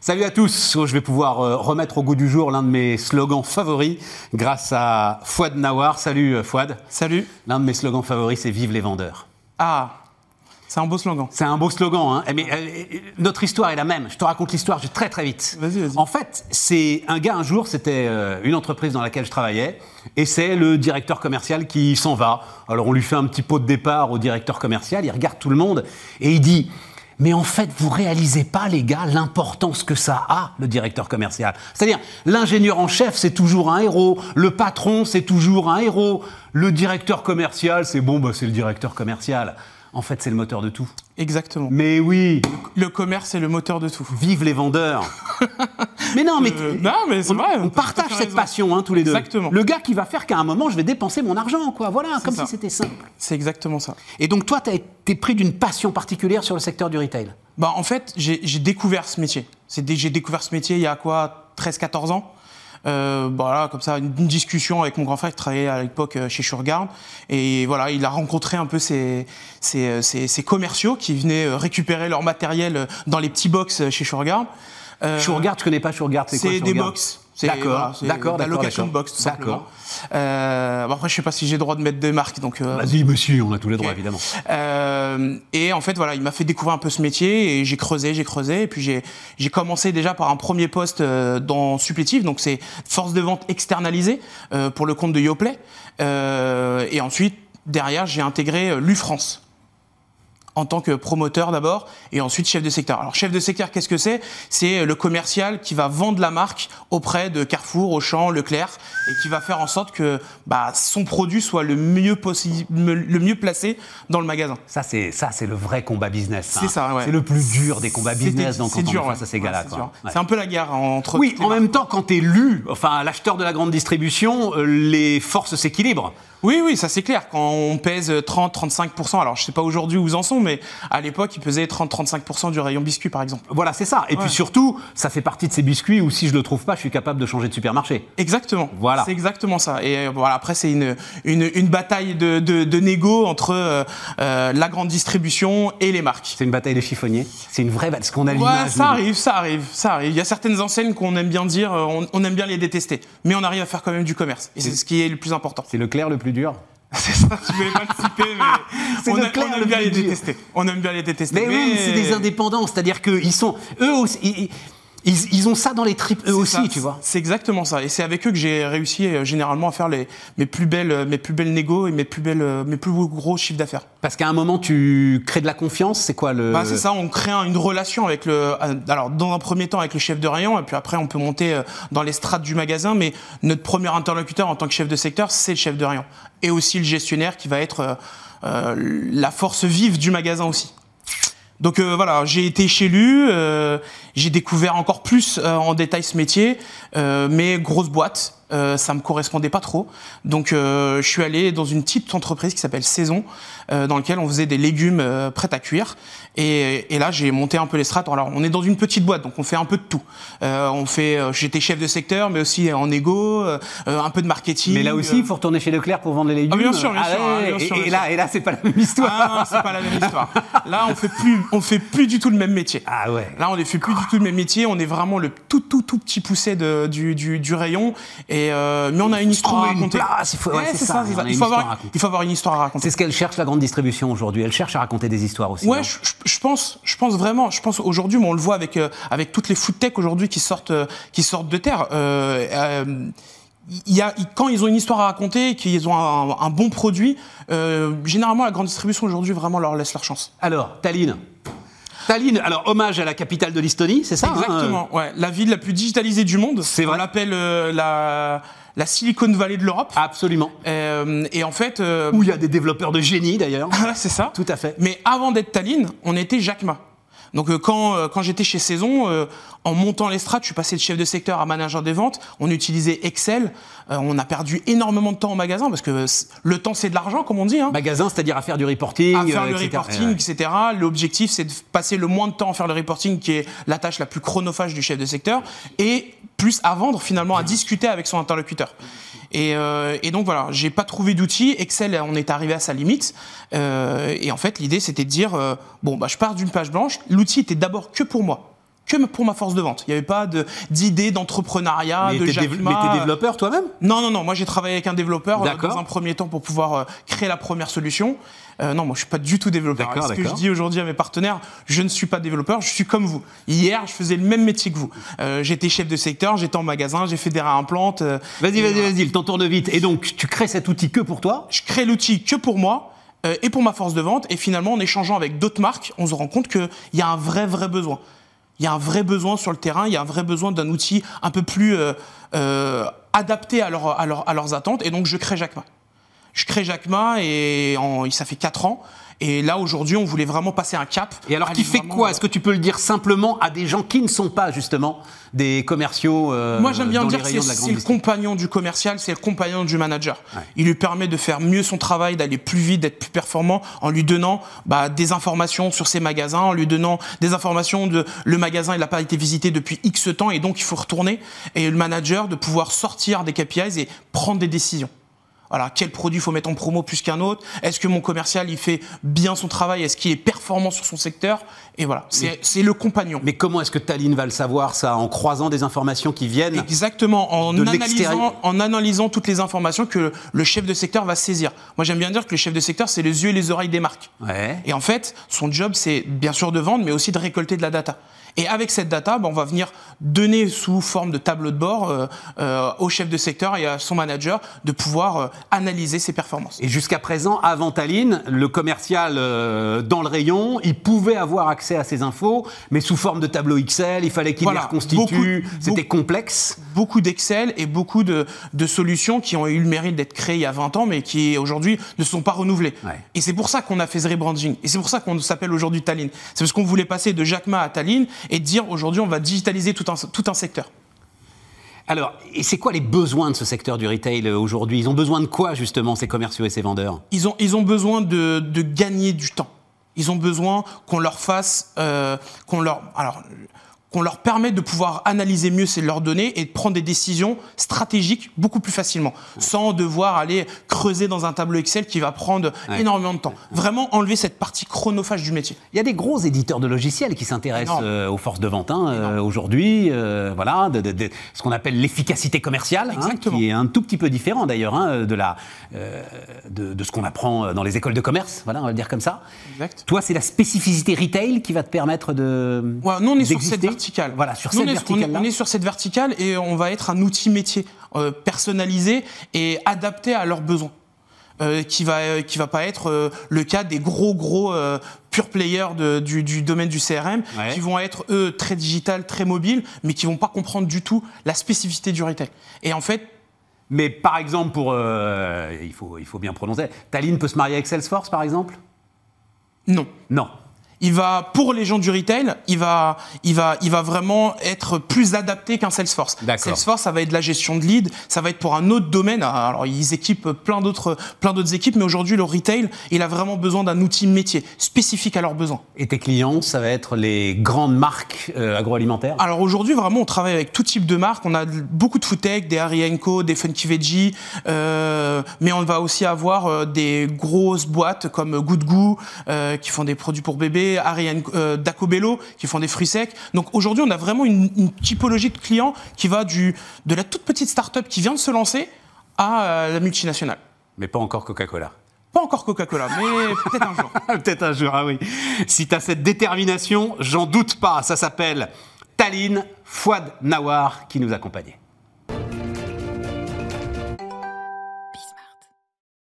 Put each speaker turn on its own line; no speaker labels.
Salut à tous, je vais pouvoir euh, remettre au goût du jour l'un de mes slogans favoris grâce à Fouad Nawar. Salut euh, Fouad.
Salut.
L'un de mes slogans favoris, c'est Vive les vendeurs.
Ah, c'est un beau slogan.
C'est un beau slogan, hein. Eh, mais euh, notre histoire est la même. Je te raconte l'histoire je- très très vite.
Vas-y, vas-y.
En fait, c'est un gars un jour, c'était euh, une entreprise dans laquelle je travaillais, et c'est le directeur commercial qui s'en va. Alors on lui fait un petit pot de départ au directeur commercial, il regarde tout le monde et il dit. Mais en fait, vous réalisez pas, les gars, l'importance que ça a, le directeur commercial. C'est-à-dire, l'ingénieur en chef, c'est toujours un héros. Le patron, c'est toujours un héros. Le directeur commercial, c'est bon, bah, c'est le directeur commercial. En fait, c'est le moteur de tout.
Exactement.
Mais oui,
Le commerce est le moteur de tout.
vive les vendeurs. mais non, mais
Euh, non, mais c'est
on,
vrai,
on
t'as tout à
partage
fait
cette
raison.
passion, hein, tous les deux.
Exactement.
Le gars qui va faire qu'à un moment, je vais dépenser mon argent, quoi. Voilà, comme
ça.
si c'était simple.
C'est exactement ça.
Et donc, toi, tu as été pris d'une passion particulière sur le secteur du retail.
Bah, en fait, j'ai j'ai découvert ce métier. C'est dé- J'ai découvert ce métier il y a quoi 13-14 ans euh, voilà, comme ça, une, une discussion avec mon grand frère qui travaillait à l'époque euh, chez Shurgard. Et voilà, il a rencontré un peu ces, ces, euh, ces- ces commerciaux qui venaient euh, récupérer leur matériel euh, dans les petits box euh, chez Shurgard. Euh,
Shurgard, je connais pas Shurgard, c'est quoi
C'est des
Shurgard
box. C'est-
D'accord,
voilà, c'est
d'accord,
de La
d'accord,
location de
d'accord.
box, tout
D'accord.
simplement. Euh, bah après, je sais pas si j'ai le droit de mettre deux marques, donc. euh,
Vas-y, monsieur, on a tous les droits,
Ok.
évidemment.
euh, et en fait, voilà, il m'a fait découvrir un peu ce métier et j'ai creusé, j'ai creusé. Et puis j'ai j'ai commencé déjà par un premier poste euh, dans supplétif, donc c'est force de vente externalisée euh, pour le compte de Yoplait. Euh, et ensuite, derrière, j'ai intégré euh, l'UFrance en tant que promoteur d'abord et ensuite chef de secteur. Alors chef de secteur, qu'est-ce que c'est C'est le commercial qui va vendre la marque auprès de Carrefour, Auchan, Leclerc et qui va faire en sorte que bah, son produit soit le mieux possible, le mieux placé dans le magasin.
Ça, c'est ça, c'est le vrai combat business. hein.
C'est ça, ouais.
C'est le plus dur des combats
C'était-
business. Donc,
c'est
quand on
dur,
est
ouais.
face à ces
Ouais,
gars-là,
c'est
quoi.
dur.
Ouais.
C'est un peu la guerre entre.
Oui,
toutes les
en
marques.
même temps, quand t'es lu, enfin l'acheteur de la grande distribution, euh, les forces s'équilibrent.
Oui, oui, ça c'est clair. Quand on pèse 30-35%, alors je sais pas aujourd'hui où ils en sont, mais à l'époque, ils pesaient 30-35% du rayon biscuit, par exemple.
Voilà, c'est ça. Et
Ouais.
puis surtout, ça fait partie de ces biscuits où si je le trouve pas, je suis capable de changer de supermarché.
Exactement.
Voilà.
C'est exactement ça. Et euh, voilà, après, c'est une, une, une bataille de, de, de négo entre euh, euh, la grande distribution et les marques.
C'est une bataille des chiffonniers. C'est une vraie bataille. Ce qu'on a
Ouais,
l'image. nous,
ça
de-
arrive, ça arrive, ça arrive. Il y a certaines enseignes qu'on aime bien dire, euh, on, on aime bien les détester, mais on arrive à faire quand même du commerce. Et c'est ce qui est le plus important.
C'est le clair le plus dur.
C'est ça, tu voulais pas le citer, mais
C'est
on,
le
a-
clair,
on
le
aime bien
plus
les
dur.
détester. On aime bien les détester.
Mais, oui, mais c'est des indépendants. C'est-à-dire qu'ils sont, eux aussi, ils, ils- ils ont ça dans les tripes eux aussi,
C'est ça,
tu vois.
C'est exactement ça. Et c'est avec eux que j'ai réussi euh, généralement à faire les, mes plus belles, euh, mes plus belles négos et mes plus belles, euh, mes plus gros chiffres d'affaires.
Parce qu'à un moment, tu crées de la confiance. C'est quoi le
Bah, c'est ça, on crée un- une relation avec le. euh, Alors, dans un premier temps, avec le chef de rayon, et puis après, on peut monter euh, dans les strates du magasin, mais notre premier interlocuteur en tant que chef de secteur, c'est le chef de rayon. Et aussi le gestionnaire qui va être euh, euh, la force vive du magasin aussi. Donc euh, voilà, j'ai été chez lui, euh, j'ai découvert encore plus euh, en détail ce métier, euh, mais grosse boîte, euh, ça me correspondait pas trop. Donc euh, je suis allé dans une petite entreprise qui s'appelle Saison, euh, dans laquelle on faisait des légumes euh, prêts à cuire. Et, et là, j'ai monté un peu les strates. Alors on est dans une petite boîte, donc on fait un peu de tout. Euh, on fait, euh, j'étais chef de secteur, mais aussi en égo, euh, euh, un peu de marketing.
Mais là aussi,
euh,
il faut retourner chez Leclerc pour vendre les légumes.
Ah, bien sûr, bien sûr,
ouais,
hein, bien sûr,
et,
bien
et là, et là, c'est pas la même histoire.
Ah non, c'est pas la même histoire. Là, on fait plus, on fait plus du tout le même métier.
Ah ouais.
Là, on ne fait plus du tout le même métier. On est vraiment le tout, tout, tout petit poussé de- du, du, du rayon. Et euh, mais on a une histoire à
trouver une
raconter.
place, il faut- ouais,
Ouais,
c'est
c'est
ça,
ça, c'est
on
ça.
a une
Il faut
histoire à
avoir,
raconter.
il faut avoir une histoire à raconter.
C'est ce qu'elle cherche la grande distribution aujourd'hui. Elle cherche à raconter des histoires aussi. non
Ouais, je, je- je pense, je pense vraiment, je pense aujourd'hui, mais on le voit avec euh, avec toutes les food tech aujourd'hui qui sortent euh, qui sortent de terre. euh, euh, il y a, il- quand ils ont une histoire à raconter, et qu'ils ont un, un bon produit, euh, généralement la grande distribution aujourd'hui vraiment leur laisse leur chance.
Alors, Tallinn. Tallinn, alors hommage à la capitale de l'Estonie, c'est ça hein,
Exactement, ouais. La ville la plus digitalisée du monde.
C'est vrai.
On l'appelle euh, la, la Silicon Valley de l'Europe.
euh, Absolument.
Euh, et en fait, euh,
Où il y a des développeurs de génie d'ailleurs.
voilà, c'est ça.
Tout à fait.
Mais avant d'être Tallinn, on était Jacma. Donc euh, quand, euh, quand j'étais chez Saison, euh, en montant les strates, je suis passé de chef de secteur à manager des ventes. On utilisait Excel. Euh, on a perdu énormément de temps en magasin parce que euh, c- le temps c'est de l'argent, comme on dit. Hein.
Magasin, c'est-à-dire à faire du reporting,
à faire
euh,
le
etc.
reporting,
Ouais, ouais.
etc. L'objectif, c'est de passer le moins de temps à faire le reporting, qui est la tâche la plus chronophage du chef de secteur, et plus à vendre finalement, à discuter avec son interlocuteur. Et, euh, et donc voilà, j'ai pas trouvé d'outil. Excel, on est arrivé à sa limite. Euh, et en fait, l'idée, c'était de dire euh, bon, bah, je pars d'une page blanche. L'outil était d'abord que pour moi. que pour ma force de vente. Il n'y avait pas de- d'idée d'entrepreneuriat,
mais
de
t'es dév- mais t'es
Jacma.
développeur toi-même
Non, non, non. Moi, j'ai travaillé avec un développeur euh,
D'accord.
dans un premier temps pour pouvoir euh, créer la première solution. Euh, non, moi, je suis pas du tout développeur.
D'accord,
Ce que je
d'accord.
dis aujourd'hui à mes partenaires, je ne suis pas développeur. Je suis comme vous. Hier, je faisais le même métier que vous. Euh, j'étais chef de secteur, j'étais en magasin, j'ai fait des réimplantes. euh,
Vas-y,
et
vas-y,
voilà.
vas-y, le temps tourne vite. Et donc, tu crées cet outil que pour toi
Je crée l'outil que pour moi. euh, Et pour ma force de vente, et finalement en échangeant avec d'autres marques, on se rend compte qu'il y a un vrai, vrai besoin. Il y a un vrai besoin sur le terrain, il y a un vrai besoin d'un outil un peu plus euh, euh, adapté à, leur- à leur- à leurs attentes, et donc je crée Jacma. Je crée Jacma et en- ça fait 4 ans. Et là, aujourd'hui, on voulait vraiment passer un cap.
Et alors,
Aller
qui fait
vraiment,
quoi
euh,
Est-ce que tu peux le dire simplement à des gens qui ne sont pas justement des commerciaux euh,
Moi, j'aime bien
dans
dire
les
que
rayons de
c'est
la grande
c'est le
distribution
compagnon du commercial, c'est le compagnon du manager.
Ouais.
Il lui permet de faire mieux son travail, d'aller plus vite, d'être plus performant en lui donnant bah, des informations sur ses magasins, en lui donnant des informations de le magasin, il n'a pas été visité depuis X temps et donc il faut retourner. Et le manager de pouvoir sortir des KPIs et prendre des décisions. Voilà, quel produit faut mettre en promo plus qu'un autre Est-ce que mon commercial il fait bien son travail Est-ce qu'il est performant sur son secteur Et voilà, c'est c'est le compagnon.
Mais comment est-ce que Taline va le savoir ça en croisant des informations qui viennent
Exactement, en
De l'extérieur.
analysant, en analysant toutes les informations que le chef de secteur va saisir. Moi, j'aime bien dire que le chef de secteur, c'est les yeux et les oreilles des marques.
Ouais.
Et en fait, son job, c'est bien sûr de vendre, mais aussi de récolter de la data. Et avec cette data, ben, on va venir donner sous forme de tableau de bord euh, euh, au chef de secteur et à son manager de pouvoir euh, analyser ses performances.
Et jusqu'à présent, avant Taline, le commercial euh, dans le rayon, il pouvait avoir accès à ces infos, mais sous forme de tableau Excel, il fallait qu'il
Voilà,
les reconstitue,
beaucoup-
c'était
beaucoup-
complexe.
beaucoup d'Excel et beaucoup de, de solutions qui ont eu le mérite d'être créées il y a 20 ans, mais qui aujourd'hui ne sont pas renouvelées.
Ouais.
Et c'est pour ça qu'on a fait ce rebranding. Et c'est pour ça qu'on s'appelle aujourd'hui Tallinn. C'est parce qu'on voulait passer de Jacma à Tallinn et dire aujourd'hui on va digitaliser tout un, tout un secteur.
Alors, et c'est quoi les besoins de ce secteur du retail euh, aujourd'hui Ils ont besoin de quoi justement ces commerciaux et ces vendeurs
Ils ont, ils ont besoin de, de gagner du temps. Ils ont besoin qu'on leur fasse, euh, qu'on leur, alors, qu'on leur permette de pouvoir analyser mieux ces- leurs données et de prendre des décisions stratégiques beaucoup plus facilement, sans devoir aller creuser dans un tableau Excel qui va prendre
Ouais.
énormément de temps. Vraiment enlever cette partie chronophage du métier.
Il y a des gros éditeurs de logiciels qui s'intéressent
Énorme.
euh, aux forces de vente hein, euh, aujourd'hui, euh, voilà, de, de- de- ce qu'on appelle l'efficacité commerciale, hein,
Exactement.
qui est un tout petit peu différent d'ailleurs hein, de, la, euh, de, de ce qu'on apprend euh, dans les écoles de commerce, voilà, on va le dire comme ça.
Exact.
Toi, c'est la spécificité retail qui va te permettre de.
Ouais, nous, on est sur cette
d'exister.
verticale.
Voilà, sur
Nous,
cette
on est- on est-
verticale-là.
On est sur cette verticale et on va être un outil métier euh, personnalisé et adapté à leurs besoins. Euh, qui va euh, qui va pas être euh, le cas des gros gros euh, pure players de- du, du domaine du CRM
Ouais.
qui vont être eux très digital très mobiles mais qui vont pas comprendre du tout la spécificité du retail et en fait
Mais par exemple, pour. euh, il, faut, il faut bien prononcer. Taline peut se marier avec Salesforce, par exemple
non
Non.
il va pour les gens du retail, il va, il va, il va vraiment être plus adapté qu'un Salesforce.
D'accord.
Salesforce, ça va être de la gestion de lead, ça va être pour un autre domaine. Ah, Alors ils équipent plein d'autres, plein d'autres équipes, mais aujourd'hui le retail, il a vraiment besoin d'un outil métier spécifique à leurs besoins.
Et tes clients, ça va être les grandes marques euh, agroalimentaires
Alors aujourd'hui, vraiment, on travaille avec tout type de marques. On a de- beaucoup de food tech, des Harry Co, des Funky Veggie, euh, mais on va aussi avoir euh, des grosses boîtes comme Good Goo euh, qui font des produits pour bébés, Harry Co- euh, Dacobello qui font des fruits secs. Donc aujourd'hui, on a vraiment une, une typologie de clients qui va du de la toute petite start-up qui vient de se lancer à euh, la multinationale.
Mais pas encore Coca-Cola.
Pas encore Coca-Cola, mais peut-être un jour.
Peut-être un jour, ah oui. Si tu as cette détermination, j'en doute pas. Ça s'appelle Taline Fouad Nawar qui nous accompagnait.